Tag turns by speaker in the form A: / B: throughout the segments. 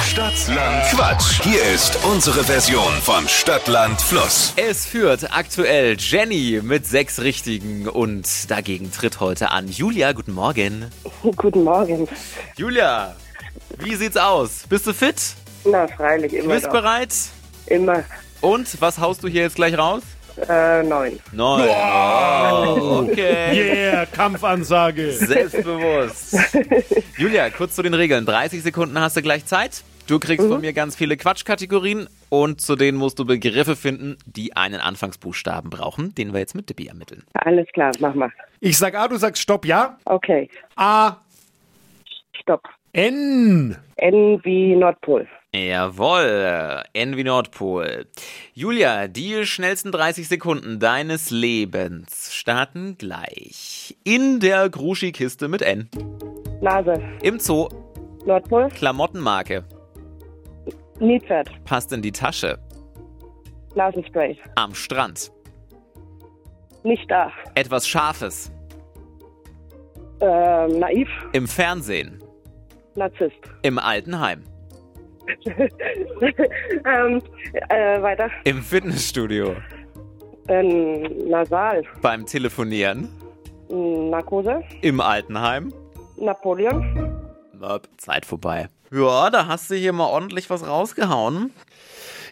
A: Stadtland Quatsch. Hier ist unsere Version von Stadtland Fluss.
B: Es führt aktuell Jenny mit sechs Richtigen und dagegen tritt heute an Julia. Guten Morgen.
C: Guten Morgen.
B: Julia, wie sieht's aus? Bist du fit?
C: Na, freilich, immer
B: Bist
C: doch.
B: bereit?
C: Immer
B: Und was haust du hier jetzt gleich raus?
C: äh, neun.
B: Neun. Oh, okay.
D: Yeah, Kampfansage.
B: Selbstbewusst. Julia, kurz zu den Regeln. 30 Sekunden hast du gleich Zeit. Du kriegst von mir ganz viele Quatschkategorien und zu denen musst du Begriffe finden, die einen Anfangsbuchstaben brauchen, den wir jetzt mit Dippy ermitteln.
C: Alles klar, mach mal.
D: Ich sag A, du sagst Stopp, ja?
C: Okay,
D: A,
C: stopp.
D: N.
C: N wie Nordpol.
B: Jawohl, N wie Nordpol. Julia, die schnellsten 30 Sekunden deines Lebens starten gleich. In der Gruschi-Kiste mit N.
C: Nase,
B: Im Zoo,
C: Nordpol.
B: Klamottenmarke.
C: Niezert,
B: Passt in die Tasche.
C: Nasenspray.
B: Am Strand.
C: Nicht da.
B: Etwas Scharfes.
C: Ähm, naiv,
B: Im Fernsehen.
C: Narzisst.
B: Im Altenheim.
C: ähm, äh, weiter.
B: Im Fitnessstudio.
C: Ähm, nasal.
B: Beim Telefonieren.
C: Narkose.
B: Im Altenheim.
C: Napoleon.
B: Möp, Zeit vorbei. Ja, da hast du hier mal ordentlich was rausgehauen.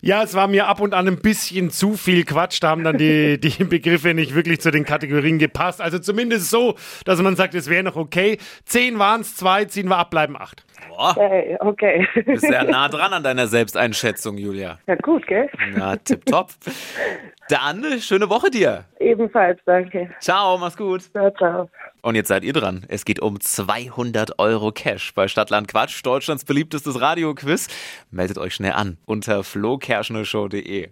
D: Ja, es war mir ab und an ein bisschen zu viel Quatsch. Da haben dann die, die Begriffe nicht wirklich zu den Kategorien gepasst. Also zumindest so, dass man sagt, es wäre noch okay. Zehn waren es, zwei ziehen wir ab, bleiben acht.
B: Boah,
C: Hey, Äh, okay.
B: bist ja nah dran an deiner Selbsteinschätzung, Julia.
C: ja, gut, gell?
B: Na, tipptopp. Dann, schöne Woche dir.
C: Ebenfalls, danke.
B: Ciao, mach's gut.
C: Ciao, ciao.
B: Und jetzt seid ihr dran. Es geht um 200 Euro Cash bei Stadtland Quatsch, Deutschlands beliebtestes Radioquiz. Meldet euch schnell an unter flokerschnershow.de.